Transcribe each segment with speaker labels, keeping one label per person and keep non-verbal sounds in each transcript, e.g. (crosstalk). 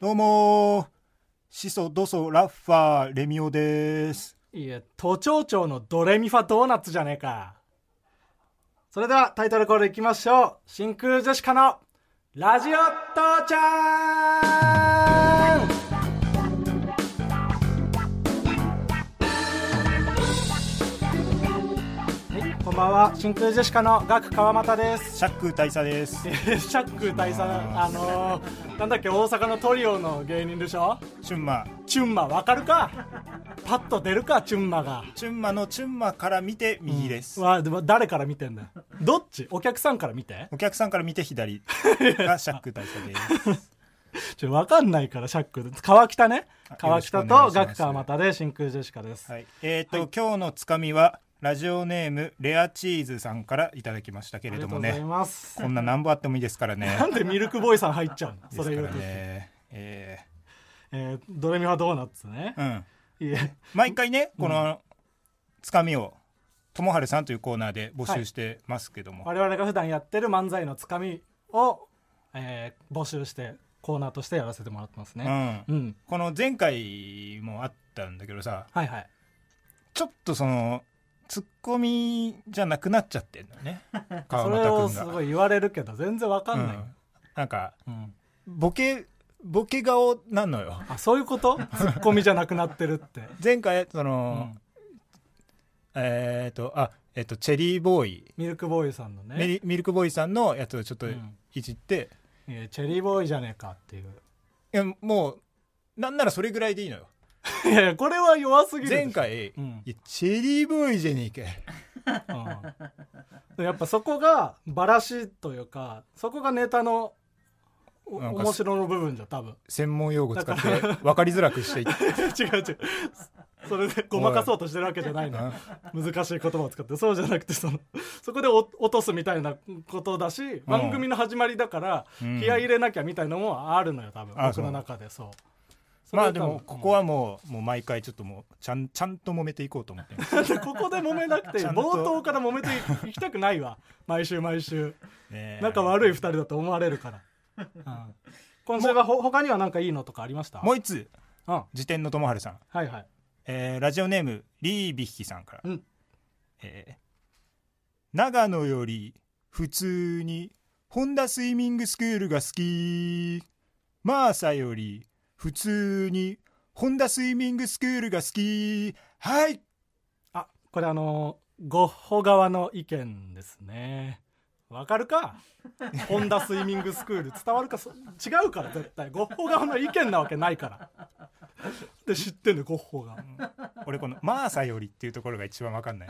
Speaker 1: どうもーシソドソラッファーレミオです
Speaker 2: いや、都庁長のドレミファドーナツじゃねえか。それではタイトルコールいきましょう。真空ジェシカのラジオ父ちゃんはい、こんばんは。真空ジェシカのガク川又です。 (laughs)
Speaker 1: シャック大佐です
Speaker 2: えーシャック大佐の、あのーなんだっけ、大阪のトリオの芸人でしょ
Speaker 1: チュンマ
Speaker 2: チュンマ、わかるかパッと出るか、チュンマが。
Speaker 1: チュンマのチュンマから見て右です、
Speaker 2: わでも誰から見てんだよどっちお客さんから見て
Speaker 1: お客さんから見て左
Speaker 2: (laughs)
Speaker 1: がシャック大佐です
Speaker 2: ちょ分かんないからシャック川北ね
Speaker 1: あ
Speaker 2: 川北
Speaker 1: よろ
Speaker 2: と
Speaker 1: しくお願いし
Speaker 2: ガ
Speaker 1: ます
Speaker 2: ク川又で真空ジェシカです、
Speaker 1: はいえっ、と、今日のつかみはラジオネームレアチーズさんからいただきましたけ
Speaker 2: あ
Speaker 1: れ
Speaker 2: り
Speaker 1: ど
Speaker 2: がとう
Speaker 1: も
Speaker 2: ござい
Speaker 1: ね
Speaker 2: ます
Speaker 1: こんな何本あってもいいですからね
Speaker 2: なんでミルクボーイさん入っちゃうの
Speaker 1: で
Speaker 2: (laughs) そ
Speaker 1: すか
Speaker 2: れ言う
Speaker 1: ら
Speaker 2: と、
Speaker 1: ねえ
Speaker 2: えードレミファドーナツね
Speaker 1: ー、うん
Speaker 2: いえ
Speaker 1: 毎回ねこのつかみをともはるさんというコーナーで募集してますけども、
Speaker 2: 我々が普段やってる漫才のつかみを、えー募集してコーナーとしてやらせてもらってますね
Speaker 1: う、
Speaker 2: うんん、
Speaker 1: この前回もあったんだけどさ
Speaker 2: はいはい
Speaker 1: ちょっとそのツッコミじゃなくなっちゃってんの
Speaker 2: (laughs)
Speaker 1: ね川
Speaker 2: それを
Speaker 1: 又君
Speaker 2: す
Speaker 1: が
Speaker 2: ごい言われるけど全然わかんない、
Speaker 1: うんなんか
Speaker 2: うん
Speaker 1: ボケボケ顔なのよ
Speaker 2: あそういうことツッコミじゃなくなってるって
Speaker 1: 前回そうの、
Speaker 2: ん
Speaker 1: えっ、とあえっ、とチェリーボーイ
Speaker 2: ミルクボーイさんのね
Speaker 1: メリミルクボーイさんのやつをちょっと
Speaker 2: うん
Speaker 1: いじって、
Speaker 2: いやチェリーボーイじゃねえかっていう
Speaker 1: いやもうなんならそれぐらいでいいのよ
Speaker 2: いやいやこれは弱すぎるでしょ
Speaker 1: 前回、
Speaker 2: うん
Speaker 1: いやチェリーボーイじゃねえか
Speaker 2: うんやっぱそこがバラしというかそこがネタのお
Speaker 1: なんか
Speaker 2: 面白の部分じゃ多分
Speaker 1: 専門用語使って分かりづらくしていって
Speaker 2: (laughs) 違う違うそれでごまかそうとしてるわけじゃない (laughs) の難しい言葉を使ってそうじゃなくてそのそこでお落とすみたいなことだし番組の始まりだから
Speaker 1: うん
Speaker 2: 気合い入れなきゃみたいのもあるのよ多分
Speaker 1: あ
Speaker 2: 僕の中でそうそれ
Speaker 1: まあ
Speaker 2: は
Speaker 1: で
Speaker 2: 多分
Speaker 1: もここはもう,、もう毎回ちょっともうちゃんちゃんと揉めていこうと思って
Speaker 2: (laughs)
Speaker 1: ます、
Speaker 2: でここで揉めなくていい
Speaker 1: ちゃんと
Speaker 2: 冒頭から揉めていきたくないわ毎週毎週
Speaker 1: ねえ
Speaker 2: 仲悪い2人だと思われるから、うん、今週はほ他には何かいいのとかありました
Speaker 1: もう一つ
Speaker 2: うん、は
Speaker 1: 辞典の友春さん、
Speaker 2: いはい
Speaker 1: えーラジオネームリービッヒさんから、
Speaker 2: うん
Speaker 1: えー長野より普通にホンダスイミングスクールが好きマーサより普通にホンダスイミングスクールが好きはい
Speaker 2: あこれあのーゴッホ側の意見ですねわかるかホンダスイミングスクール伝わるかそ違うから絶対ゴッホ側の意見なわけないからで知ってんのよゴッホが
Speaker 1: 俺このマーサよりっていうところが一番わかんない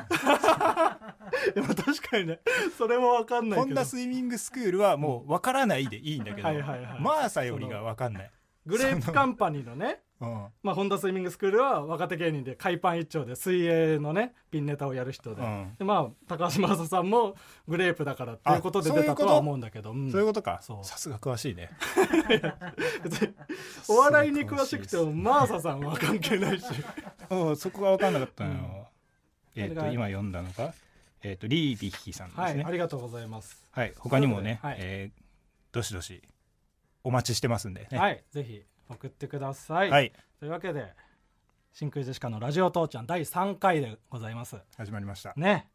Speaker 2: でも確かにねそれもわかんない
Speaker 1: ホ
Speaker 2: け
Speaker 1: ン
Speaker 2: ど
Speaker 1: ダスイミングスクールはもう分からないでいいんだけど、
Speaker 2: はいはいはい
Speaker 1: マーサよりが分かんない、
Speaker 2: グレープカンパニーのね
Speaker 1: うん
Speaker 2: まあ、ホンダスイミングスクールは若手芸人で海パン一丁で水泳のねピンネタをやる人で,、
Speaker 1: うん
Speaker 2: でまあ、高橋正さんもグレープだからっていうことで
Speaker 1: あそう
Speaker 2: 出
Speaker 1: いう
Speaker 2: た
Speaker 1: こと
Speaker 2: とは思うんだけどうん
Speaker 1: そういうことか
Speaker 2: そう
Speaker 1: さすが詳しいね
Speaker 2: 別に (laughs) お笑いに詳しくてもマーサさんは関係ない
Speaker 1: (laughs)
Speaker 2: し
Speaker 1: うんそこが分かんなかったのよ、えっ、
Speaker 2: そ
Speaker 1: と
Speaker 2: れが
Speaker 1: 今読んだのが、えっとリービッヒさんです
Speaker 2: はい、
Speaker 1: ね
Speaker 2: あ
Speaker 1: はい、
Speaker 2: りがとうございます、
Speaker 1: 他にもね、
Speaker 2: はい
Speaker 1: えーどしどしお待ちしてますんでね
Speaker 2: はいぜひ送ってください、
Speaker 1: はい
Speaker 2: というわけで真空ジェシカの「ラジオ父ちゃん」第3回でございます
Speaker 1: 始まりました
Speaker 2: ね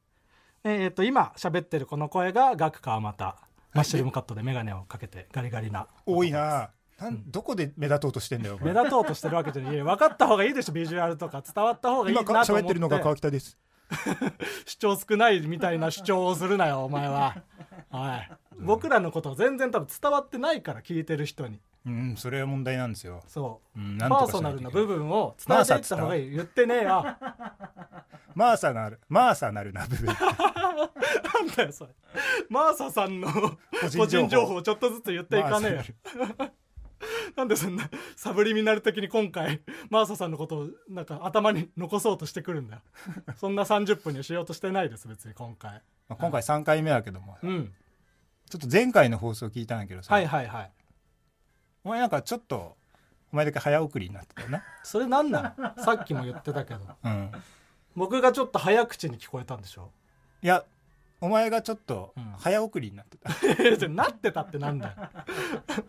Speaker 2: えっと今喋ってるこの声がガク川又マッシュルームカットで眼鏡をかけてガリガリな
Speaker 1: 多いななんどこで目立とうとしてんだよこ
Speaker 2: 目
Speaker 1: れ
Speaker 2: 立とうとしてるわけじゃないいや分かった方がいいでしょビジュアルとか伝わった方がいい
Speaker 1: 今
Speaker 2: な
Speaker 1: か
Speaker 2: と思って
Speaker 1: 喋ってるのが川北です
Speaker 2: 主張少ないみたいな主張をするなよお前は、はい、僕らのことは全然多分伝わってないから聞いてる人に
Speaker 1: うんそれは問題なんですよ、
Speaker 2: そう、
Speaker 1: うん、なん
Speaker 2: パ
Speaker 1: とか
Speaker 2: ー
Speaker 1: しな
Speaker 2: ソ
Speaker 1: いといけない
Speaker 2: ナルな部分を伝えていった方がいい言って
Speaker 1: (laughs)
Speaker 2: ねえよなん
Speaker 1: マーサナルマーサナルな部
Speaker 2: (laughs)
Speaker 1: 分
Speaker 2: だよそれマーサさんの
Speaker 1: 人情報
Speaker 2: 個人情報をちょっとずつ言っていかね
Speaker 1: マ
Speaker 2: えよ
Speaker 1: ーサ
Speaker 2: なんでそんなサブリミナル的に今回マーサさんのことをなんか頭に残そうとしてくるんだよそんな30分にしようとしてないです別に今回
Speaker 1: まあ今回3回目だけども、
Speaker 2: うん
Speaker 1: ちょっと前回の放送聞いたんだけどさ、
Speaker 2: はいはいはい
Speaker 1: お前なんかちょっとお前だけ早送りになってたよな、
Speaker 2: それなんなのさ
Speaker 1: (laughs)
Speaker 2: っきも言ってたけど
Speaker 1: うん、
Speaker 2: 僕がちょっと早口に聞こえたんでしょ (laughs)
Speaker 1: いやお前がちょっと
Speaker 2: うん
Speaker 1: 早送りになってた、
Speaker 2: じゃなってたってなんだよ (laughs)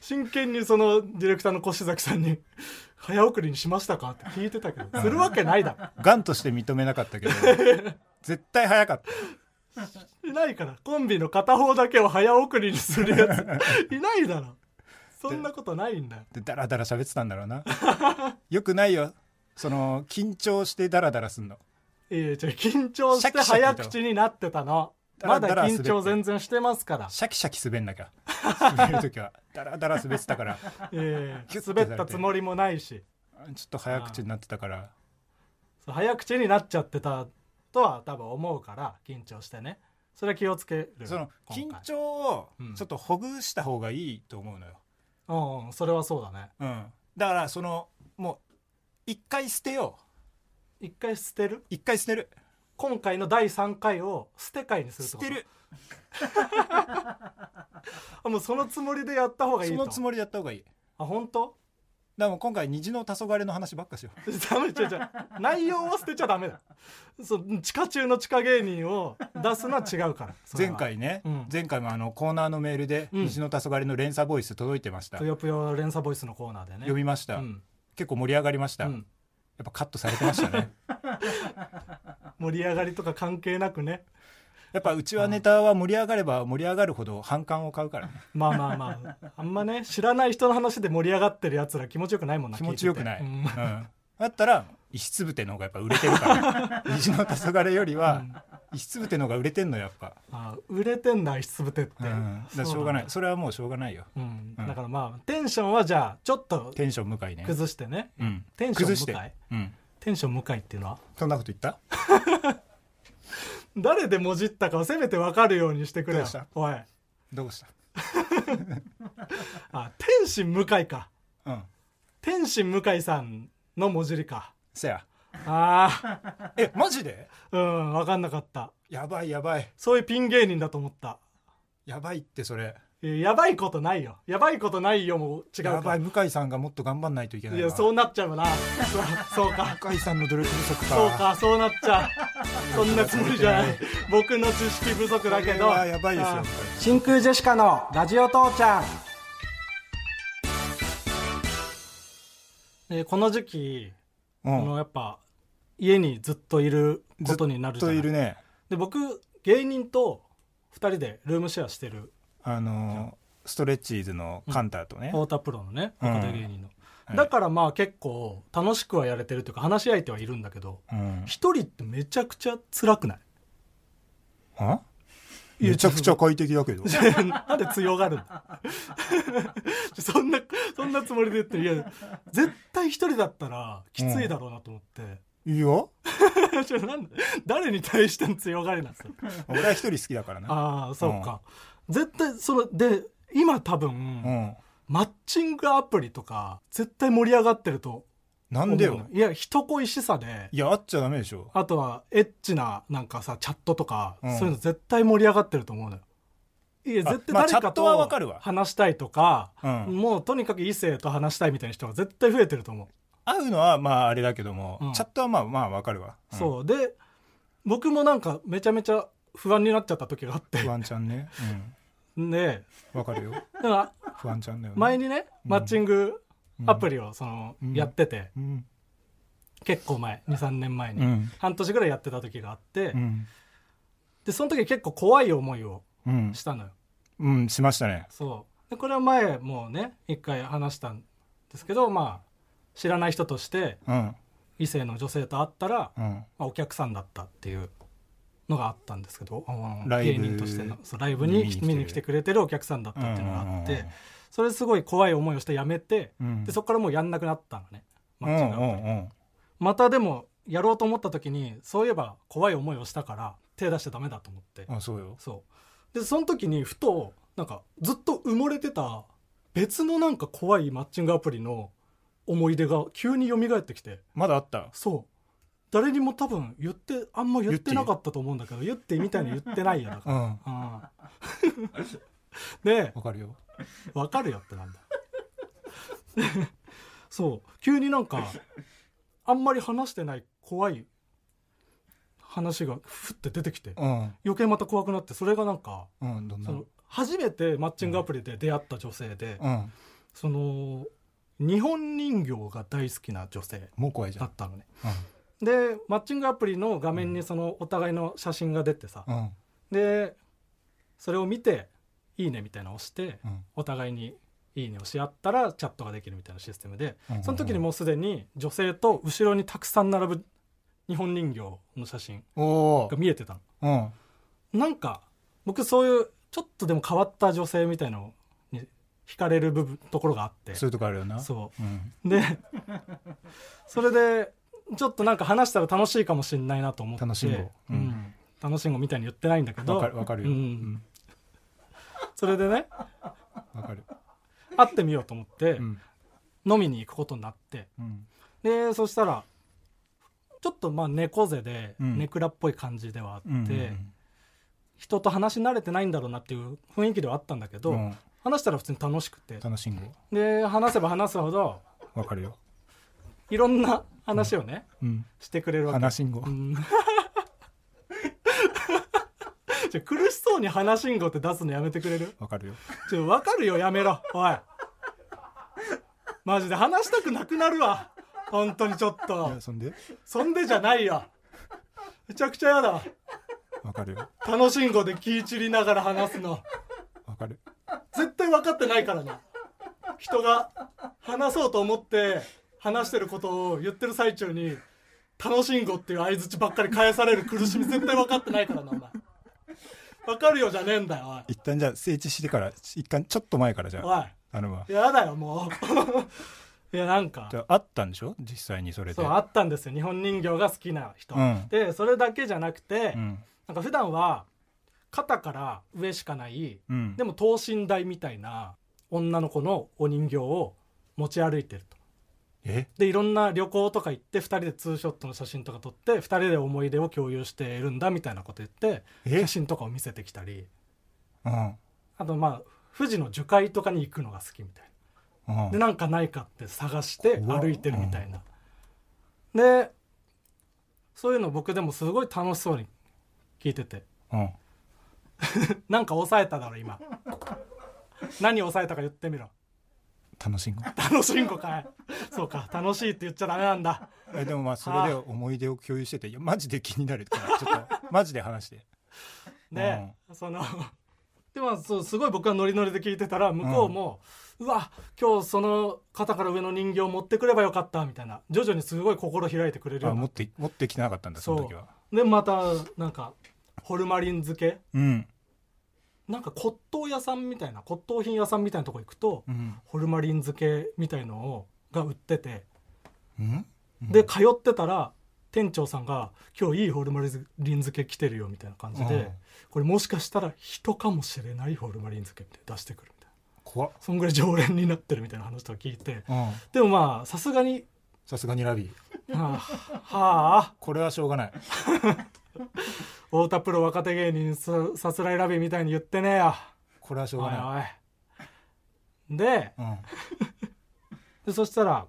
Speaker 2: 真剣にそのディレクターの越崎さんに「早送りにしましたか?」って聞いてたけどするわけないだ
Speaker 1: ガンとして認めなかった
Speaker 2: (laughs)
Speaker 1: けど絶対早かった
Speaker 2: ろいないからコンビの片方だけを早送りにする
Speaker 1: (laughs)
Speaker 2: やついないだろそんなことないんだよ
Speaker 1: でダラダラ喋ってたんだろうなよくないよその緊張してダラダラすんの
Speaker 2: いやいや緊張
Speaker 1: シ
Speaker 2: し
Speaker 1: ャ
Speaker 2: て
Speaker 1: キシャキだ
Speaker 2: 早口になってたの
Speaker 1: だら
Speaker 2: ま
Speaker 1: だ
Speaker 2: だ
Speaker 1: ら
Speaker 2: 緊張全然してますから
Speaker 1: シャキシャキ滑んなきゃ滑る時はダラダラ滑ってたから
Speaker 2: ええ
Speaker 1: キュッてされ
Speaker 2: 滑
Speaker 1: て
Speaker 2: ったつもりもないし
Speaker 1: ちょっと早口になってたから
Speaker 2: そう早口になっちゃってたとは多分思うから緊張してねそれは気をつける
Speaker 1: その緊
Speaker 2: 今回
Speaker 1: 張を
Speaker 2: うん
Speaker 1: ちょっとほぐした方がいいと思うのよ、
Speaker 2: うんうんそれはそうだね
Speaker 1: うん、だからそのもう一回捨てよ
Speaker 2: 一回捨てる
Speaker 1: う一回捨てる
Speaker 2: 今回の第3回を捨て回にする
Speaker 1: 捨
Speaker 2: ってこと
Speaker 1: てる
Speaker 2: あもうそのつもりでやった方がいい
Speaker 1: そ
Speaker 2: と
Speaker 1: のつもりでやった方がいいだか
Speaker 2: あ本当 (laughs)
Speaker 1: らもう今回虹の黄昏の話ばっかしよう
Speaker 2: ダメじゃじゃ内容を捨てちゃダメだそう地下中の地下芸人を出すのは違うからそれは
Speaker 1: 前回ね、
Speaker 2: うん
Speaker 1: 前回もあのコーナーのメールで「
Speaker 2: うん
Speaker 1: 虹の黄昏」の連鎖ボイス届いてました、
Speaker 2: ぷよぷよ連鎖ボイスのコーナーでね
Speaker 1: 読みました、
Speaker 2: うん
Speaker 1: 結構盛り上がりました、
Speaker 2: う
Speaker 1: や
Speaker 2: ん
Speaker 1: っぱカットされてました
Speaker 2: (laughs)
Speaker 1: ね
Speaker 2: 盛り上がりとか関係なくね
Speaker 1: やっぱうちはネタは盛り上がれば盛り上がるほど反感を買うからね、
Speaker 2: まあまあまああんまね知らない人の話で盛り上がってるやつら気持ちよくないもんな
Speaker 1: 気持ちよくない、
Speaker 2: 聞
Speaker 1: うん
Speaker 2: てて
Speaker 1: だったら石つぶての方がやっぱ売れてる (laughs) から虹の黄昏より
Speaker 2: うん
Speaker 1: は
Speaker 2: うん
Speaker 1: 石つぶての方が売れてんのやっぱ、
Speaker 2: あ売れてんだ石つぶてって、
Speaker 1: うん、だからしょうがないそれはもうしょうがないよ
Speaker 2: うん、
Speaker 1: うん
Speaker 2: だからまあテンションはじゃあちょっと
Speaker 1: テンション向かいね、
Speaker 2: 崩してね、
Speaker 1: うん、
Speaker 2: テンション
Speaker 1: 崩して
Speaker 2: 向かい
Speaker 1: うん、
Speaker 2: テンション向かいっていうのは
Speaker 1: そんなこと言った
Speaker 2: 誰でもじったかをせめて分かるようにしてくれ
Speaker 1: ど
Speaker 2: よ
Speaker 1: うした
Speaker 2: おい
Speaker 1: どうした
Speaker 2: あ天心向かいか
Speaker 1: うん
Speaker 2: 天心向かいさんのもじりか
Speaker 1: せ (laughs) や
Speaker 2: あ
Speaker 1: えマジで
Speaker 2: ーうん分かんなかった
Speaker 1: やばいやばい
Speaker 2: そういうピン芸人だと思った
Speaker 1: やばいってそれ
Speaker 2: えーやばいことないよやばいことないよも違うか
Speaker 1: やばい向井さんがもっと頑張んないといけない
Speaker 2: い
Speaker 1: わ
Speaker 2: やそうなっちゃうな (laughs) そうそうか
Speaker 1: 向井さんの努力不足か
Speaker 2: そうかそうなっちゃうそんなつもりじゃ
Speaker 1: (laughs)
Speaker 2: ない僕の知識不足だけ
Speaker 1: これ
Speaker 2: ど
Speaker 1: はやばいですよ
Speaker 2: あー真空ジェシカのラジオ父ちゃん、えーこの時期、
Speaker 1: う
Speaker 2: あの
Speaker 1: ん
Speaker 2: やっぱ家にずっといることになるじ
Speaker 1: と
Speaker 2: ゃない
Speaker 1: いるね
Speaker 2: で僕芸人と2人でルームシェアしてる
Speaker 1: あのーストレッチーズのカンタとね、
Speaker 2: 太田プロのね若手芸人の、
Speaker 1: はい
Speaker 2: だからまあ結構楽しくはやれてるというか話し相手はいるんだけど
Speaker 1: うん
Speaker 2: 一人ってめちゃくちゃ辛くない (laughs)
Speaker 1: あめちゃくちゃ快適だけ
Speaker 2: (laughs)
Speaker 1: ど
Speaker 2: なんで強がるんだ (laughs) そんなそんなつもりで言ってるいや絶対一人だったらきついだろうなと思って、
Speaker 1: いいよ
Speaker 2: (laughs) ちょなんで誰に対しての強がりなんですか
Speaker 1: 俺は一人好きだからな
Speaker 2: ああそうか、絶対そので今多分、
Speaker 1: うん
Speaker 2: マッチングアプリとか絶対盛り上がってると
Speaker 1: なん
Speaker 2: 思う
Speaker 1: で
Speaker 2: の
Speaker 1: よ
Speaker 2: いや人恋しさで
Speaker 1: いやあっちゃダメでしょ
Speaker 2: あとはエッチななんかさチャットとか、
Speaker 1: うん
Speaker 2: そういうの絶対盛り上がってると思うのよ。いや
Speaker 1: あ
Speaker 2: 絶対
Speaker 1: まあ
Speaker 2: 誰
Speaker 1: チャ
Speaker 2: か
Speaker 1: ットはわ
Speaker 2: と
Speaker 1: かるわ
Speaker 2: 話したいとか、
Speaker 1: うん
Speaker 2: もうとにかく異性と話したいみたいな人が絶対増えてると思
Speaker 1: 会うのはまああれだけども、
Speaker 2: うん
Speaker 1: チャットはまあまあわかるわ、
Speaker 2: う、
Speaker 1: うん
Speaker 2: そうで僕もなんかめちゃめちゃ不安になっちゃった時があって
Speaker 1: 不安ちゃんねう
Speaker 2: で
Speaker 1: んわかるよ
Speaker 2: だから
Speaker 1: 不安ちゃんだよ、ね、
Speaker 2: (laughs) 前にね、
Speaker 1: うん
Speaker 2: マッチングアプ
Speaker 1: リ
Speaker 2: リをその、
Speaker 1: うん
Speaker 2: やってて
Speaker 1: うん
Speaker 2: 結構前23年前
Speaker 1: う
Speaker 2: に、
Speaker 1: ん
Speaker 2: 半年ぐらいやってた時があって、
Speaker 1: うん
Speaker 2: でその時結構怖い思いを
Speaker 1: うん
Speaker 2: したのよ
Speaker 1: うんしましたね
Speaker 2: そうでこれは前もうね一回話したんですけどまあ知らない人として
Speaker 1: うん
Speaker 2: 異性の女性と会ったら、
Speaker 1: うん
Speaker 2: まあ、お客さんだったっていうのがあったんですけどうん
Speaker 1: ライブ
Speaker 2: 芸人としてのそうライブ
Speaker 1: 見
Speaker 2: に
Speaker 1: に来てる
Speaker 2: 見に来てくれてるお客さんだったっていうのがあって、
Speaker 1: うんうんうん
Speaker 2: それすごい怖い思いをしてやめて
Speaker 1: うん
Speaker 2: でそこからもうやんなくなったのね
Speaker 1: う
Speaker 2: マ
Speaker 1: んう
Speaker 2: ッチン
Speaker 1: ん
Speaker 2: グアプリ
Speaker 1: うん
Speaker 2: またでもやろうと思った時にそういえば怖い思いをしたから手出しちゃダメだと思って
Speaker 1: あそうよ
Speaker 2: そうでその時にふとなんかずっと埋もれてた別のなんか怖いマッチングアプリの思い出が急に蘇ってきて
Speaker 1: まだあった
Speaker 2: そう誰にも多分言ってあんま言ってなかったと思うんだけど言ってみたいに言ってないよだ
Speaker 1: う
Speaker 2: か
Speaker 1: んわ
Speaker 2: ら、うん、 (laughs) で
Speaker 1: かるよ
Speaker 2: わかるよってなんだ (laughs) そう急になんかあんまり話してない怖い話がふって出てきて
Speaker 1: うん
Speaker 2: 余計また怖くなってそれがなんか
Speaker 1: うんどんな
Speaker 2: その初めてマッチングアプリで出会った女性で
Speaker 1: うん
Speaker 2: その日本人形が大好きな女性
Speaker 1: もう怖いじゃ
Speaker 2: だ
Speaker 1: ん
Speaker 2: ったのねでマッチングアプリの画面にそのお互いの写真が出てさ
Speaker 1: うんうん
Speaker 2: でそれを見て「いいね」みたいなのを押して
Speaker 1: うん
Speaker 2: お互いに「いいね」をし合ったらチャットができるみたいなシステムで
Speaker 1: うん
Speaker 2: その時にもうすでに女性と後ろにたくさん並ぶ日本人形の写真
Speaker 1: おお
Speaker 2: が見えてたの
Speaker 1: うん
Speaker 2: なんか僕そういうちょっとでも変わった女性みたいのに惹かれる部分ところがあって
Speaker 1: そういうとこあるよな
Speaker 2: そ
Speaker 1: うん
Speaker 2: うでそれでちょっとなんか話したら楽しいかもしれないなと思って
Speaker 1: 楽しんご
Speaker 2: う
Speaker 1: うんん
Speaker 2: 楽しんごみたいに言ってないんだけ
Speaker 1: わか
Speaker 2: ど
Speaker 1: るわかるよ
Speaker 2: う
Speaker 1: うんん
Speaker 2: それでね
Speaker 1: わかる
Speaker 2: 会ってみようと思って
Speaker 1: うん
Speaker 2: 飲みに行くことになって
Speaker 1: うん
Speaker 2: でそしたらちょっとまあ猫背で
Speaker 1: うん
Speaker 2: ネクラっぽい感じではあって、
Speaker 1: うんうん
Speaker 2: 人と話し慣れてないんだろうなっていう雰囲気ではあったんだけど、
Speaker 1: うん
Speaker 2: 話したら普通に楽しくて
Speaker 1: 楽しんご
Speaker 2: で話せば話すほど
Speaker 1: わかるよ
Speaker 2: いろんな話をね、
Speaker 1: うん
Speaker 2: してくれるわけ
Speaker 1: 話しんご
Speaker 2: うん (laughs) ちょ苦しそうに話しんごって出すのやめてくれる
Speaker 1: わかるよ
Speaker 2: ちょ分かるよやめろおいマジで話したくなくなるわ本当にちょっと
Speaker 1: いやそんで
Speaker 2: そんでじゃないよめちゃくちゃやだわ
Speaker 1: わかるよ
Speaker 2: 楽しんごで気散りながら話すの
Speaker 1: わかる
Speaker 2: 絶対分かってないからな人が話そうと思って話してることを言ってる最中に楽しんごっていう相づちばっかり返される苦しみ絶対分かってないからなお前分かるよじゃねえんだよ
Speaker 1: 一旦じゃあ整地してから一旦ちょっと前からじゃ
Speaker 2: おい
Speaker 1: あ
Speaker 2: お
Speaker 1: 頼むわ
Speaker 2: いやだよもう (laughs) いやなんか
Speaker 1: じゃああったんでしょ実際にそれで
Speaker 2: そうあったんですよ日本人形が好きな人、
Speaker 1: うん
Speaker 2: でそれだけじゃなくて、
Speaker 1: うん
Speaker 2: なんか普段は肩から上しかない
Speaker 1: うん
Speaker 2: でも等身大みたいな女の子のお人形を持ち歩いてると
Speaker 1: え
Speaker 2: でいろんな旅行とか行って2人でツーショットの写真とか撮って2人で思い出を共有しているんだみたいなこと言って
Speaker 1: え
Speaker 2: 写真とかを見せてきたり
Speaker 1: うん
Speaker 2: あとまあ富士の樹海とかに行くのが好きみたいな。
Speaker 1: うん
Speaker 2: でなんかないかって探して
Speaker 1: 怖っ
Speaker 2: 歩いてるみたいな、でそういうの僕でもすごい楽しそうに聞いてて
Speaker 1: うん
Speaker 2: なんか抑えただ
Speaker 1: (laughs)
Speaker 2: ろ今何抑えたか言ってみろ
Speaker 1: 楽しんご
Speaker 2: 楽しいんこかいそうか楽しいって言っちゃダメなんだ
Speaker 1: えでもまあそれで思い出を共有してていやマジで気になるからちょっとマジで話
Speaker 2: (laughs)
Speaker 1: して
Speaker 2: で、その (laughs) でもそうすごい僕はノリノリで聞いてたら向こうも、うわ今日その肩から上の人形持ってくればよかったみたいな徐々にすごい心開いてくれるよ
Speaker 1: あ
Speaker 2: うに
Speaker 1: 持
Speaker 2: な
Speaker 1: っ
Speaker 2: って
Speaker 1: 持ってきてなかったんだその時は
Speaker 2: でまたなんかホルマリン漬け
Speaker 1: うん
Speaker 2: なんか骨董屋さんみたいな骨董品屋さんみたいなとこ行くと、
Speaker 1: うん
Speaker 2: ホルマリン漬けみたいのをが売ってて、
Speaker 1: うん
Speaker 2: で通ってたら店長さんが「今日いいホルマリン漬け来てるよ」みたいな感じで、
Speaker 1: うん
Speaker 2: これもしかしたら人かもしれないホルマリン漬けみたいな出してくるみたい
Speaker 1: 怖っ
Speaker 2: なそんぐらい常連になってるみたいな話とか聞いて
Speaker 1: うん
Speaker 2: でもまあさすがに
Speaker 1: さすがにラビー
Speaker 2: 「はあ、はあ
Speaker 1: これはしょうがない
Speaker 2: 太田プロ若手芸人ささすらいラビーみたいに言ってねえや」
Speaker 1: これはしょう
Speaker 2: お
Speaker 1: が
Speaker 2: い
Speaker 1: ない
Speaker 2: おいででそしたら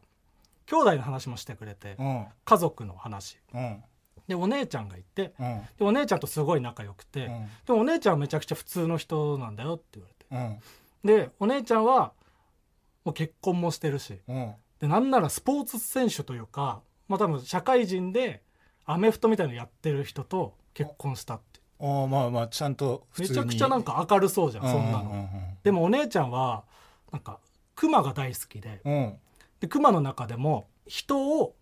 Speaker 2: 兄弟の話もしてくれて
Speaker 1: うんうん
Speaker 2: 家族の話
Speaker 1: うん
Speaker 2: でお姉ちゃんがいて
Speaker 1: うん
Speaker 2: でお姉ちゃんとすごい仲良くて、
Speaker 1: う
Speaker 2: で
Speaker 1: ん
Speaker 2: もお姉ちゃんはめちゃくちゃ普通の人なんだよって言わ
Speaker 1: うん
Speaker 2: れてでお姉ちゃんはもう結婚もしてるし
Speaker 1: うん
Speaker 2: でなんならスポーツ選手というかまあ多分社会人でアメフトみたいなのやってる人と結婚したって
Speaker 1: ああまあまあちゃんと普
Speaker 2: め
Speaker 1: 通に
Speaker 2: ちゃくちゃなんか明るそうじゃんそんな
Speaker 1: う
Speaker 2: の。
Speaker 1: ん
Speaker 2: でもお姉ちゃんはなんかクマが大好きで
Speaker 1: うんうん
Speaker 2: でクマの中でも人を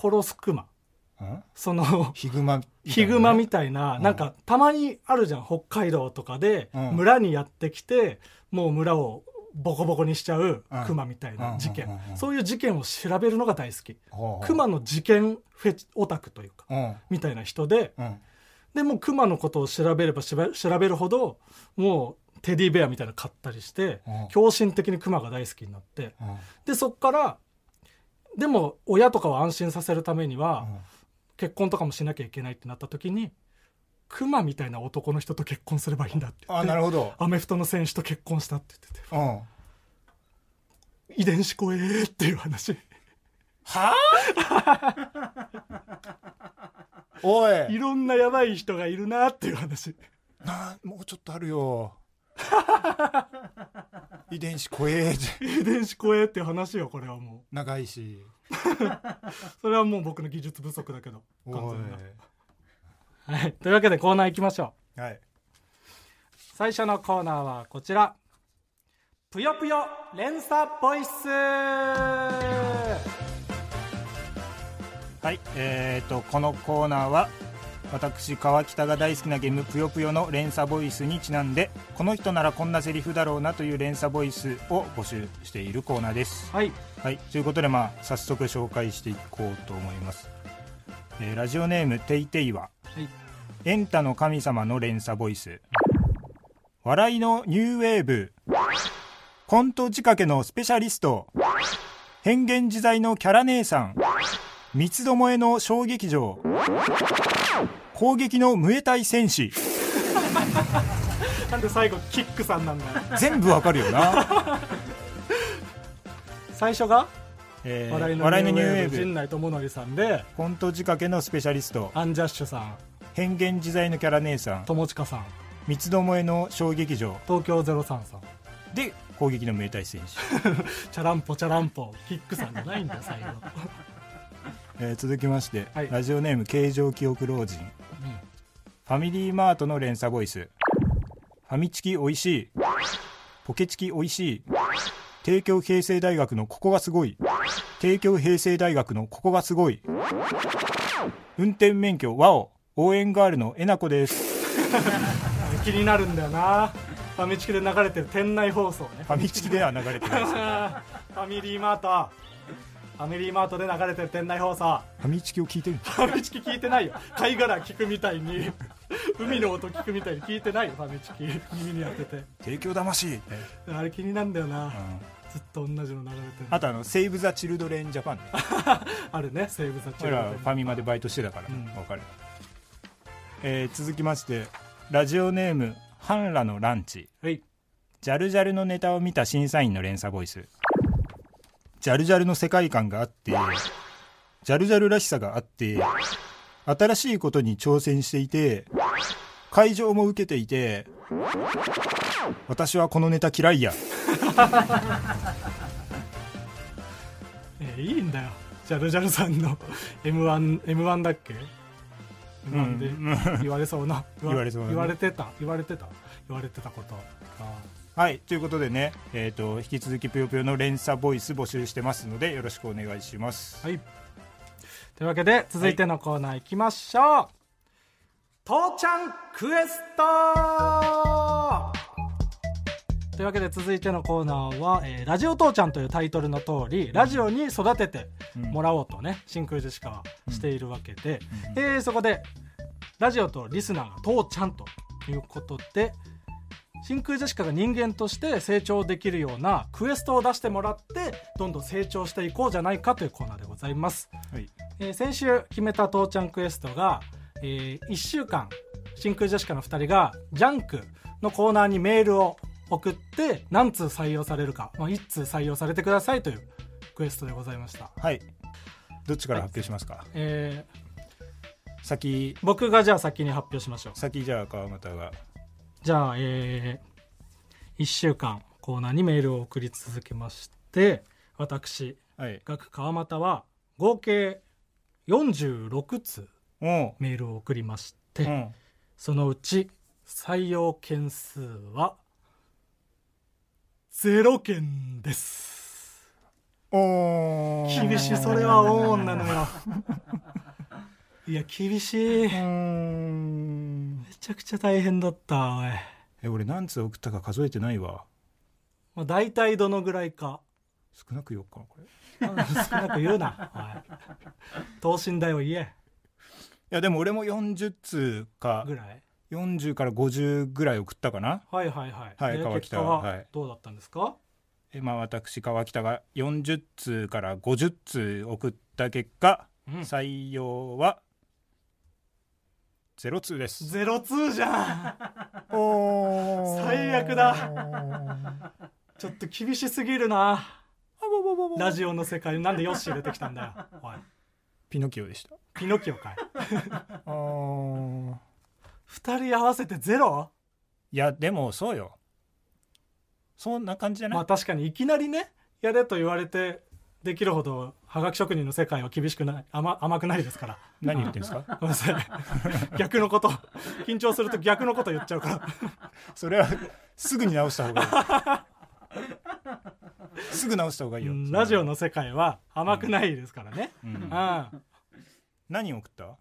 Speaker 2: 殺すクマ
Speaker 1: うんうん
Speaker 2: そ
Speaker 1: (laughs)
Speaker 2: の
Speaker 1: ヒグマ
Speaker 2: ヒグマ
Speaker 1: み
Speaker 2: みたいな、
Speaker 1: うん
Speaker 2: なんかたまにあるじゃん北海道とかで
Speaker 1: うん
Speaker 2: 村にやってきてもう村をボコボコにしちゃう
Speaker 1: うん
Speaker 2: クマみたいな事
Speaker 1: うんう
Speaker 2: 件
Speaker 1: んうんうん
Speaker 2: そういう事件を調べるのが大好きク
Speaker 1: ク
Speaker 2: マの事件フェチオタクというか
Speaker 1: うん
Speaker 2: みたいな人で
Speaker 1: うん
Speaker 2: でもうクマのことを調べればしば調べるほどもうテディベアみたいなの買ったりして
Speaker 1: うん
Speaker 2: 狂心的にクマが大好きになって
Speaker 1: うん
Speaker 2: でそっからでも親とかを安心させるためには、
Speaker 1: うん
Speaker 2: 結婚とかもしなきゃいけないってなった時にクマみたいな男の人と結婚すればいいんだって言っ
Speaker 1: あ
Speaker 2: て
Speaker 1: なるほど
Speaker 2: アメフトの選手と結婚したって言ってて
Speaker 1: うん
Speaker 2: 遺伝子怖えーっていう話
Speaker 1: はあ (laughs) おい
Speaker 2: いろんなやばい人がいるなっていう話
Speaker 1: なもうちょっとある (laughs) よ遺伝子怖えじゃ
Speaker 2: 遺伝子超えっていう話よこれはも
Speaker 1: 長いし
Speaker 2: うそれはもう僕の技術不足だけど完
Speaker 1: お
Speaker 2: 全なはいというわけでコーナー行きましょう
Speaker 1: いはい
Speaker 2: 最初のコーナーはこちらぷよぷよ連鎖ボイス
Speaker 1: はい、えー、とこのコーナーは私川北が大好きなゲーム「ぷよぷよ」の連鎖ボイスにちなんでこの人ならこんなセリフだろうなという連鎖ボイスを募集しているコーナーです。
Speaker 2: はい
Speaker 1: はい、ということで、まあ、早速紹介していこうと思います、えーラジオネームていていは
Speaker 2: はい
Speaker 1: 「エンタの神様」の連鎖ボイス笑いのニューウェーブコント仕掛けのスペシャリスト変幻自在のキャラ姉さん三つどもえの小劇場攻撃のムエタイ戦士
Speaker 2: なんで最後キックさんなんだよ
Speaker 1: 全部わかるよな、
Speaker 2: 最初が
Speaker 1: えー
Speaker 2: 笑いの
Speaker 1: 笑いのニ
Speaker 2: ニ
Speaker 1: ュ
Speaker 2: ュ
Speaker 1: ー
Speaker 2: ー
Speaker 1: ウ
Speaker 2: ウェ
Speaker 1: ェ
Speaker 2: ーブ
Speaker 1: ー
Speaker 2: 陣
Speaker 1: ブ
Speaker 2: 内智則さんで
Speaker 1: コント仕掛けのスペシャリスト
Speaker 2: アンジャッシュさん
Speaker 1: 変幻自在のキャラ姉さん
Speaker 2: 友近さん
Speaker 1: 三つどもえの小劇場
Speaker 2: 東京03さん
Speaker 1: で攻撃の明太戦士、
Speaker 2: チャランポチャランポキックさんじゃないんだよ最後、
Speaker 1: えー続きまして、
Speaker 2: はい
Speaker 1: ラジオネーム形状記憶老人ファミリーマートの連鎖ボイスファミチキおいしいポケチキおいしい帝京平成大学のここがすごい帝京平成大学のここがすごい運転免許ワオ応援ガールのえなこです
Speaker 2: うん (laughs) 気になるんだよなファミチキで流れてる店内放送ね
Speaker 1: ファミチキでは流れ
Speaker 2: (laughs)
Speaker 1: てないです
Speaker 2: あーファミリーマートファミリーマートで流れてる店内放送
Speaker 1: ファミチキを聞いてる
Speaker 2: ファミチキ聞いてないよ貝殻聞くみたいに海の音聞くみたいに聞いてないよファミチキ耳に当てて
Speaker 1: 帝京魂、うん、
Speaker 2: あれ気になるんだよな、ずっと同じの流れてる
Speaker 1: あとあのセーブ・ザ・チルドレン・ジャパンね
Speaker 2: あるねセーブ・ザ・チ
Speaker 1: 俺
Speaker 2: ルド
Speaker 1: ら
Speaker 2: レ
Speaker 1: フ
Speaker 2: ン
Speaker 1: ァミマでバイトしてたから、
Speaker 2: うん
Speaker 1: わかる、えー続きましてラジオネームハンラのランチ
Speaker 2: はい
Speaker 1: ジャルジャルのネタを見た審査員の連鎖ボイスジャルジャルの世界観があってジャルジャルらしさがあって新しいことに挑戦していて会場も受けていて私はこのネタ嫌いや
Speaker 2: えーいいんだよジャルジャルさんの m 1 m 1だっけ M1 で言われそうな
Speaker 1: (laughs) 言われそうなね
Speaker 2: 言われてた言われてた言われてたことあ
Speaker 1: はいということでね、えー、と引き続き「ぷよぷよ」の連鎖ボイス募集してますのでよろしくお願いします
Speaker 2: ーはいというわけで続いてのコーナーいきましょう、父ちゃんクエストというわけで続いてのコーナーは「えーラジオ父ちゃん」というタイトルの通りラジオに育ててもらおうとね、真空ジェシカはしているわけで、えーそこでラジオとリスナーが父ちゃんということで真空ジェシカが人間として成長できるようなクエストを出してもらってどんどん成長していこうじゃないかというコーナーでございます、
Speaker 1: はい
Speaker 2: えー先週決めた父ちゃんクエストが、え1週間真空ジェシカの2人がジャンクのコーナーにメールを送って何通採用されるか、まあ、1通採用されてくださいというクエストでございました、
Speaker 1: はい。どっちから発表しますか。
Speaker 2: えー
Speaker 1: 先
Speaker 2: 僕がじゃあ先に発表しましょう
Speaker 1: 先じゃあ川又が。
Speaker 2: じゃあ、え1週間コーナーにメールを送り続けまして私
Speaker 1: はい。
Speaker 2: 学川又は合計46通
Speaker 1: おう。
Speaker 2: メールを送りまして、
Speaker 1: うん。
Speaker 2: そのうち採用件数は0件です
Speaker 1: おー
Speaker 2: 厳しいそれはオーンなの
Speaker 1: (laughs)
Speaker 2: よいや厳しいう
Speaker 1: ー
Speaker 2: め
Speaker 1: ん。
Speaker 2: ちゃくちゃ大変だったおい、
Speaker 1: え、俺何通送ったか数えてないわ。
Speaker 2: まあ、大体どのぐらいか
Speaker 1: 少なく言おうかなこれ。い
Speaker 2: 少なく言うなおい等身大を言え
Speaker 1: やでも俺も40通か
Speaker 2: ぐらい
Speaker 1: 40から50ぐらい送ったかな。
Speaker 2: はいはいはい、
Speaker 1: はい
Speaker 2: で
Speaker 1: 川
Speaker 2: 結
Speaker 1: 北
Speaker 2: 果
Speaker 1: は
Speaker 2: はどうだったんですか、
Speaker 1: え、まあ私川北が40通から50通送った結果、
Speaker 2: うん
Speaker 1: 採用はゼロ通です。
Speaker 2: ゼロツーじゃん
Speaker 1: お
Speaker 2: ー最悪
Speaker 1: だ。
Speaker 2: ちょっと厳しすぎるなラジオの世界になんでヨッシー出てきたんだよおい
Speaker 1: ピノキオでした
Speaker 2: ピノキオかい
Speaker 1: あー
Speaker 2: 二人合わせてゼロ
Speaker 1: いやでもそうよそんな感じじゃない、
Speaker 2: まあ確かにいきなりねやれと言われてできるほどはがき職人の世界は厳しくない甘甘くないですから
Speaker 1: 何言ってんです
Speaker 2: (laughs)
Speaker 1: か
Speaker 2: ごめんなさ
Speaker 1: (laughs)
Speaker 2: い逆のこと緊張すると逆のこと言っちゃうから
Speaker 1: それはすぐに直した方がいいすぐ直した方がいいよ
Speaker 2: うんラジオ
Speaker 1: の、
Speaker 2: の世界は甘くないですからね、
Speaker 1: うん
Speaker 2: うん
Speaker 1: 何送った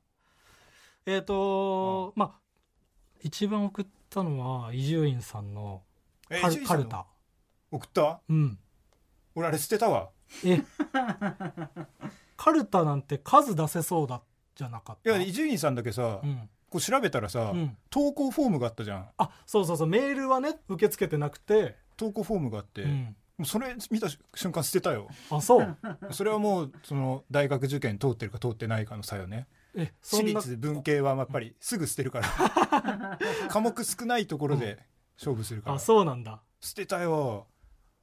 Speaker 2: えっ、とまあ一番送ったのは伊集院さんの
Speaker 1: え
Speaker 2: カ
Speaker 1: 伊集
Speaker 2: ル
Speaker 1: 院
Speaker 2: カ
Speaker 1: さん
Speaker 2: ル
Speaker 1: の
Speaker 2: タ
Speaker 1: 送った
Speaker 2: うん
Speaker 1: 俺あれ捨てたわ
Speaker 2: えカルタなんて数出せそうだじゃなかっ
Speaker 1: い
Speaker 2: た
Speaker 1: や伊集院さんだけさ、
Speaker 2: うん
Speaker 1: こう調べたらさ、
Speaker 2: うん
Speaker 1: 投稿フォームがあったじゃん
Speaker 2: あそうそうそうメールはね受け付けてなくて、
Speaker 1: 投稿フォームがあって、
Speaker 2: うん、
Speaker 1: もうそれ見た瞬間捨てたよ
Speaker 2: あそう
Speaker 1: それはもうその大学受験通ってるか通ってないかの差よね
Speaker 2: えそ
Speaker 1: 私
Speaker 2: んな
Speaker 1: 立文系はやっぱりすぐ捨てるから
Speaker 2: (laughs)
Speaker 1: 科目少ないところで勝負するから、
Speaker 2: あそうなんだ
Speaker 1: 捨てたよ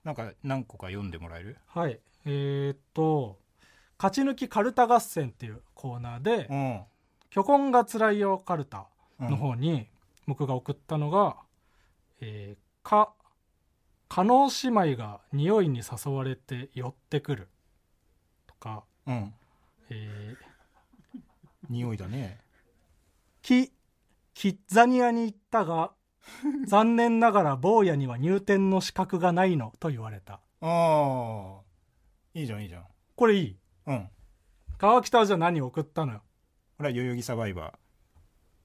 Speaker 1: なんか何個か読んでもらえる
Speaker 2: はいえーっと「勝ち抜きカルタ合戦」っていうコーナーで
Speaker 1: うん、うん
Speaker 2: 「巨根がつらいよカルタ」の方に僕が送ったのが「えーか加納姉妹が匂いに誘われて寄ってくる」とか
Speaker 1: うん
Speaker 2: 「えー
Speaker 1: 匂いだね
Speaker 2: キキッザニアに行ったが残念ながら坊やには入店の資格がないの」と言われた
Speaker 1: ああいいじゃんいいじゃん
Speaker 2: これいい
Speaker 1: うん
Speaker 2: 川北はじゃあ何送ったのよ
Speaker 1: これは代々木サバイバー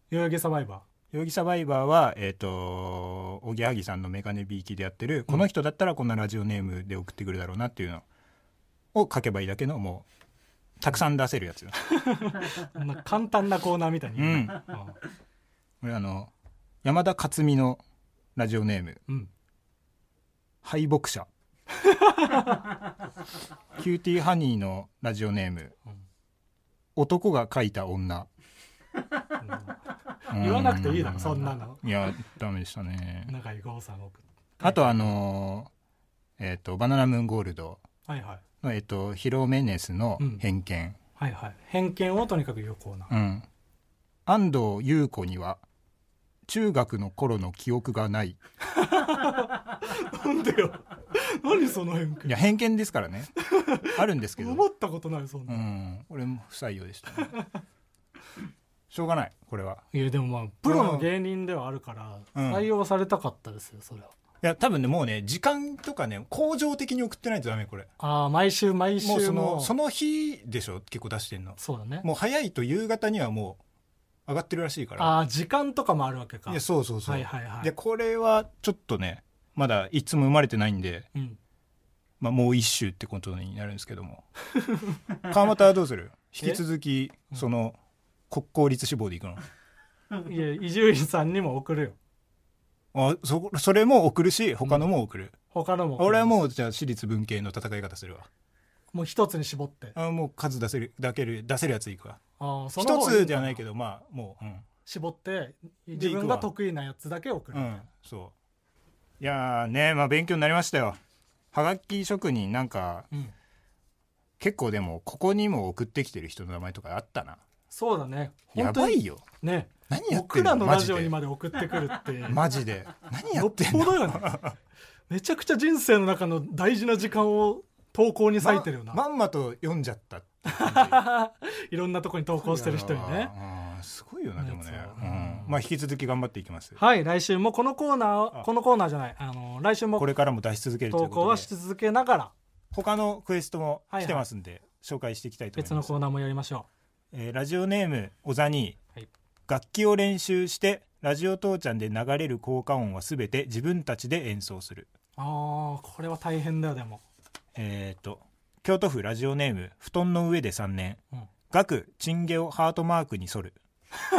Speaker 2: 代々木サバイバー
Speaker 1: 代々木サバイバーはえっ、とおぎやはぎさんのメガネビーキでやってる、この人だったらこんなラジオネームで送ってくるだろうなっていうのを書けばいいだけのもうたくさん出せるやつ
Speaker 2: そんな簡単なコーナーみたいに言うな、
Speaker 1: これあの山田勝美のラジオネーム
Speaker 2: うんうん
Speaker 1: 敗北者
Speaker 2: (laughs)
Speaker 1: キューティーハニーのラジオネーム、
Speaker 2: うん
Speaker 1: 男が書いた女
Speaker 2: (laughs) 言わなくていいだ
Speaker 1: う
Speaker 2: ろそんなの
Speaker 1: いやダメでした
Speaker 2: (laughs)
Speaker 1: ね
Speaker 2: 中井豪さん送っ
Speaker 1: あとあのーえっ、とバナナムーンゴールド
Speaker 2: たはいはい
Speaker 1: のえっ、とヒロメネスの偏見、
Speaker 2: はいはい偏見をとにかく言うコーナー
Speaker 1: うん安藤優子には中学の頃の記憶がない
Speaker 2: なんでよ何その偏見
Speaker 1: いや偏見ですから (laughs) ねあるんですけど
Speaker 2: 思ったことないそん
Speaker 1: う
Speaker 2: な、
Speaker 1: ん俺も不採用でしたね、しょうがないこれはい
Speaker 2: やでもまあプロの芸人ではあるから
Speaker 1: うん
Speaker 2: 採用されたかったですよそれはい
Speaker 1: や多分ねもうね時間とかね恒常的に送ってないとダメこれ
Speaker 2: ああ毎週毎週
Speaker 1: もうその
Speaker 2: う
Speaker 1: その日でしょ結構出してんの
Speaker 2: そうだね
Speaker 1: もう早いと夕方にはもう上がってるらしいから
Speaker 2: ああ時間とかもあるわけか
Speaker 1: いやそうそうそう、
Speaker 2: はいはいはい
Speaker 1: でこれはちょっとねまだいつも生まれてないんで、
Speaker 2: うん、
Speaker 1: まあ、もう一周ってことになるんですけども (laughs) 川又はどうする引き続き
Speaker 2: え
Speaker 1: その国公立志望でいくの
Speaker 2: いや伊集院さんにも送るよ
Speaker 1: あそそれも送るし他のも送る、
Speaker 2: 他のも送る
Speaker 1: 俺はもうじゃあ私立文系の戦い方するわ
Speaker 2: もう一つに絞って
Speaker 1: あもう数出せるだける出せるやついくわ
Speaker 2: ああその
Speaker 1: 一
Speaker 2: 方
Speaker 1: つではないけ
Speaker 2: ど
Speaker 1: どまあもううん、
Speaker 2: 絞って
Speaker 1: で
Speaker 2: 自分
Speaker 1: いく
Speaker 2: が
Speaker 1: わ
Speaker 2: 得意なやつだけ送る、
Speaker 1: うん、そういやーねまあ勉強になりましたよはがき職人なんか
Speaker 2: うん
Speaker 1: 結構でもここにも送ってきてる人の名前とかあったな
Speaker 2: そうだね
Speaker 1: や
Speaker 2: 本当
Speaker 1: ば
Speaker 2: に
Speaker 1: いよ
Speaker 2: ね
Speaker 1: 何やって
Speaker 2: 僕
Speaker 1: んの
Speaker 2: らの
Speaker 1: マ
Speaker 2: ラ
Speaker 1: ジ
Speaker 2: ジオに
Speaker 1: で
Speaker 2: まで送ってくるって
Speaker 1: マジで何や
Speaker 2: よ
Speaker 1: っ
Speaker 2: って
Speaker 1: ん
Speaker 2: ぽ
Speaker 1: の
Speaker 2: どよねめちゃくちゃ人生の中の大事な時間を投稿に割いてるよな、
Speaker 1: ままんまと読んじゃったって感じ
Speaker 2: いろんなとこに投稿してる人にね
Speaker 1: うんすごいよなでもね
Speaker 2: やつを
Speaker 1: うんまあ引き続き頑張っていきます
Speaker 2: はい来週もこのコーナー
Speaker 1: あ
Speaker 2: このコーナーじゃないあの来週も
Speaker 1: これからも出し続けるとい
Speaker 2: 投
Speaker 1: う
Speaker 2: 稿
Speaker 1: こと
Speaker 2: は
Speaker 1: で
Speaker 2: し続けながら
Speaker 1: 他のクエストも来てますんで、紹介していきたいと思い
Speaker 2: 別
Speaker 1: ま
Speaker 2: の
Speaker 1: す
Speaker 2: コーナーもやりましょ
Speaker 1: えーラジオネーム小ザニー、
Speaker 2: はい
Speaker 1: 楽器を練習してラジオ父ちゃんで流れる効果音はすべて自分たちで演奏する
Speaker 2: うああこれは大変だよでも
Speaker 1: えーっと京都府ラジオネーム布団の上で3年
Speaker 2: うん
Speaker 1: 額チンゲをハートマークに剃る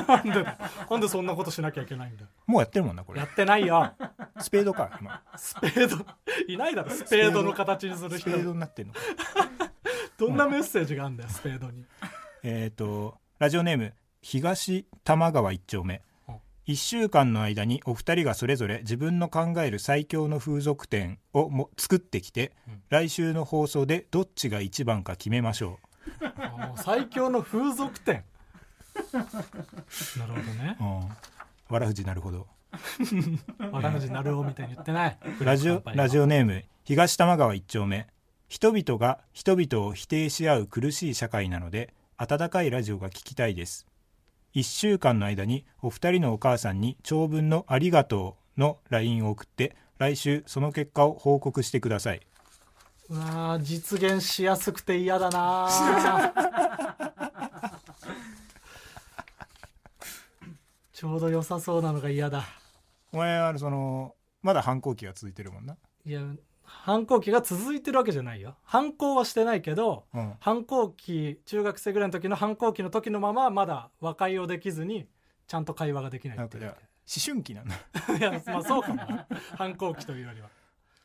Speaker 2: なんでなんでそんなことしなきゃいけないんだよ
Speaker 1: もうやってるもんなこ
Speaker 2: (laughs) や
Speaker 1: れ
Speaker 2: ってないよ
Speaker 1: スペード
Speaker 2: (laughs)
Speaker 1: か今
Speaker 2: スペードいないだろスペードの形にする
Speaker 1: スペ
Speaker 2: 人
Speaker 1: ードになってるのか
Speaker 2: どんなメッセージがあるんだよスペードに
Speaker 1: えーっとラジオネーム東玉川一丁目
Speaker 2: うん
Speaker 1: 1週間の間にお二人がそれぞれ自分の考える最強の風俗店をも作ってきて、
Speaker 2: うん
Speaker 1: 来週の放送でどっちが一番か決めましょう
Speaker 2: もう最強の風俗店なるほどね
Speaker 1: うんわらふじなるほど
Speaker 2: わらふじなるおみたいに言ってない
Speaker 1: ラジオラジ
Speaker 2: オ
Speaker 1: オネーム東玉川一丁目人々が人々を否定し合う苦しい社会なので温かいラジオが聞きたいです1週間の間にお二人のお母さんに長文の「ありがとう」の LINE を送って来週その結果を報告してくださいう
Speaker 2: わー実現しやすくて嫌だな (laughs) ーちょうど良さそうなのが嫌だ
Speaker 1: お前はそのまだ反抗期が続いてるもんない
Speaker 2: や反抗期が続いてるわけじゃないよ反抗はしてないけど
Speaker 1: うん
Speaker 2: 反抗期中学生ぐらいの時の反抗期の時のまままだ和解をできずにちゃんと会話ができない
Speaker 1: な
Speaker 2: っ
Speaker 1: ん
Speaker 2: て
Speaker 1: かじ
Speaker 2: い
Speaker 1: ゃあ
Speaker 2: う
Speaker 1: 思春期なんだ
Speaker 2: (laughs) いやまあそうかもな反抗期というよりは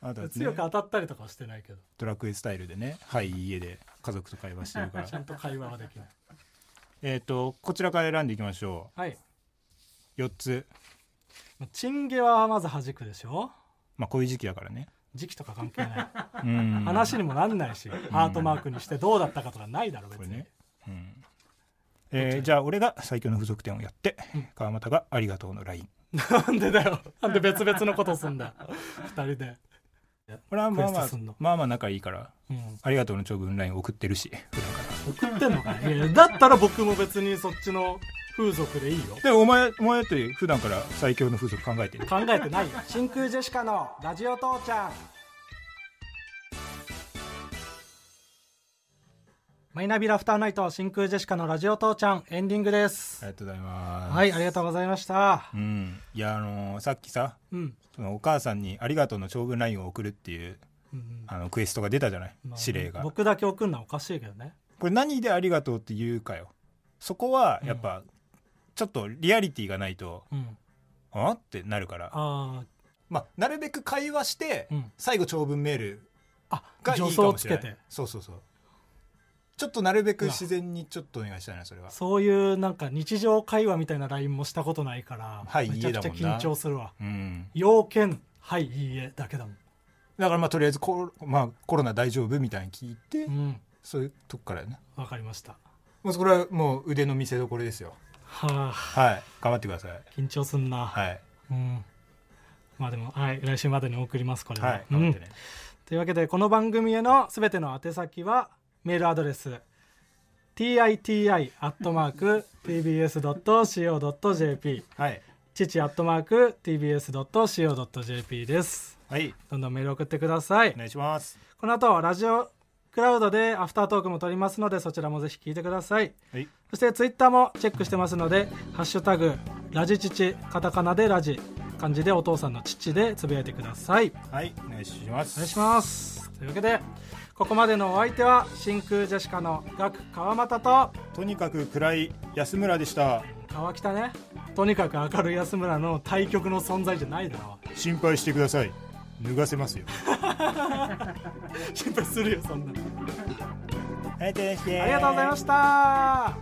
Speaker 1: あなたはね
Speaker 2: 強く当たったりとかはしてないけど
Speaker 1: ドラクエスタイルでねはいいいえで家族と会話してるから
Speaker 2: ちゃ (laughs) んと会話はでき
Speaker 1: (laughs)
Speaker 2: ない
Speaker 1: えっとこちらから選んでいきましょ
Speaker 2: はいう
Speaker 1: 4つ
Speaker 2: まあチンゲはまず弾くでしょ
Speaker 1: まあこういう時期だから
Speaker 2: (laughs)
Speaker 1: ね。
Speaker 2: 時期とか関係ない
Speaker 1: うん
Speaker 2: 話にもなんないしハートマークにしてどうだったかとかないだろ別
Speaker 1: こ
Speaker 2: に、
Speaker 1: れねえーじゃあ俺が最強の付属店をやって、川又がありがとうの LINE。
Speaker 2: (laughs) なんでだよなんで別々のことすんだよ二人で、
Speaker 1: これはまあま
Speaker 2: クエスト
Speaker 1: あ
Speaker 2: すんの、
Speaker 1: まあまあ仲いいから、
Speaker 2: うん、
Speaker 1: ありがとうの長文 LINE 送ってる
Speaker 2: (laughs)
Speaker 1: し。
Speaker 2: 送ってんのかいやだったら僕も別にそっちの風俗でいいよ
Speaker 1: で、お前、お前って普段から最強の風俗考えてる。
Speaker 2: 考えてないよ真空ジェシカのラジオ父ちゃんマイナビラフターナイト真空ジェシカのラジオ父ちゃんエンディングです
Speaker 1: ありがとうございます。
Speaker 2: はいありがとうございました
Speaker 1: うん。いや、あのーさっきさ、
Speaker 2: うん、
Speaker 1: そのお母さんにありがとうの長文 LINE を送るっていう、
Speaker 2: うん
Speaker 1: あの、クエストが出たじゃない、
Speaker 2: まあ
Speaker 1: 指令が。
Speaker 2: 僕だけ送るのはおかしいけどね
Speaker 1: これ何でありがとうって言うかよ。そこは、やっぱ、ちょっとリアリティがないと、
Speaker 2: うん
Speaker 1: あってなるから。
Speaker 2: あ
Speaker 1: まあ、なるべく会話して、
Speaker 2: うん
Speaker 1: 最後長文メール
Speaker 2: ああ
Speaker 1: がいいか
Speaker 2: 助
Speaker 1: も
Speaker 2: 走を
Speaker 1: し
Speaker 2: つ
Speaker 1: れ
Speaker 2: け
Speaker 1: ない
Speaker 2: て
Speaker 1: そうそうそうちょっとなるべく自然にちょっとお願いしたいなそれは
Speaker 2: そういうなんか日常会話みたいな LINE もしたことないから、
Speaker 1: はい
Speaker 2: めちゃくち
Speaker 1: 家だ
Speaker 2: ゃ
Speaker 1: もんな
Speaker 2: 緊張するわ
Speaker 1: うん
Speaker 2: 要件はいいいえだけだもん
Speaker 1: だからまあとりあえずコロ,、まあ、コロナ大丈夫みたいに聞いて、
Speaker 2: うん
Speaker 1: そういうとこからやね
Speaker 2: わかりました
Speaker 1: もうこれはもう腕の見せどころですよ
Speaker 2: はあ
Speaker 1: はい頑張ってください
Speaker 2: 緊張すんな、
Speaker 1: はい、
Speaker 2: うんまあでもはい来週までに送りますこれは、
Speaker 1: はい、
Speaker 2: う
Speaker 1: 頑張っ
Speaker 2: ん
Speaker 1: てね、
Speaker 2: というわけでこの番組へのすべての宛先はメールアドレス titi.tbs.co.jp
Speaker 1: はい
Speaker 2: 父 .tbs.co.jp です
Speaker 1: はい
Speaker 2: どんどんメール送ってください
Speaker 1: お願いします
Speaker 2: この後はラジオクラウドでアフタートークも撮りますのでそちらもぜひ聞いてください
Speaker 1: はい
Speaker 2: そしてツイッターもチェックしてますので「ハッシュタグラジ父」カタカナでラジ漢字でお父さんの父でつぶやいてください
Speaker 1: はいお願いします
Speaker 2: お願いしますというわけでここまでのお相手は真空ジェシカのガク川又と
Speaker 1: とにかく暗い安村でした
Speaker 2: 川北ねとにかく明るい安村の対局の存在じゃないだろ
Speaker 1: 心配してください脱がせますよ
Speaker 2: 心配するよそんなの
Speaker 1: ありがとうございました
Speaker 2: ありがとうございました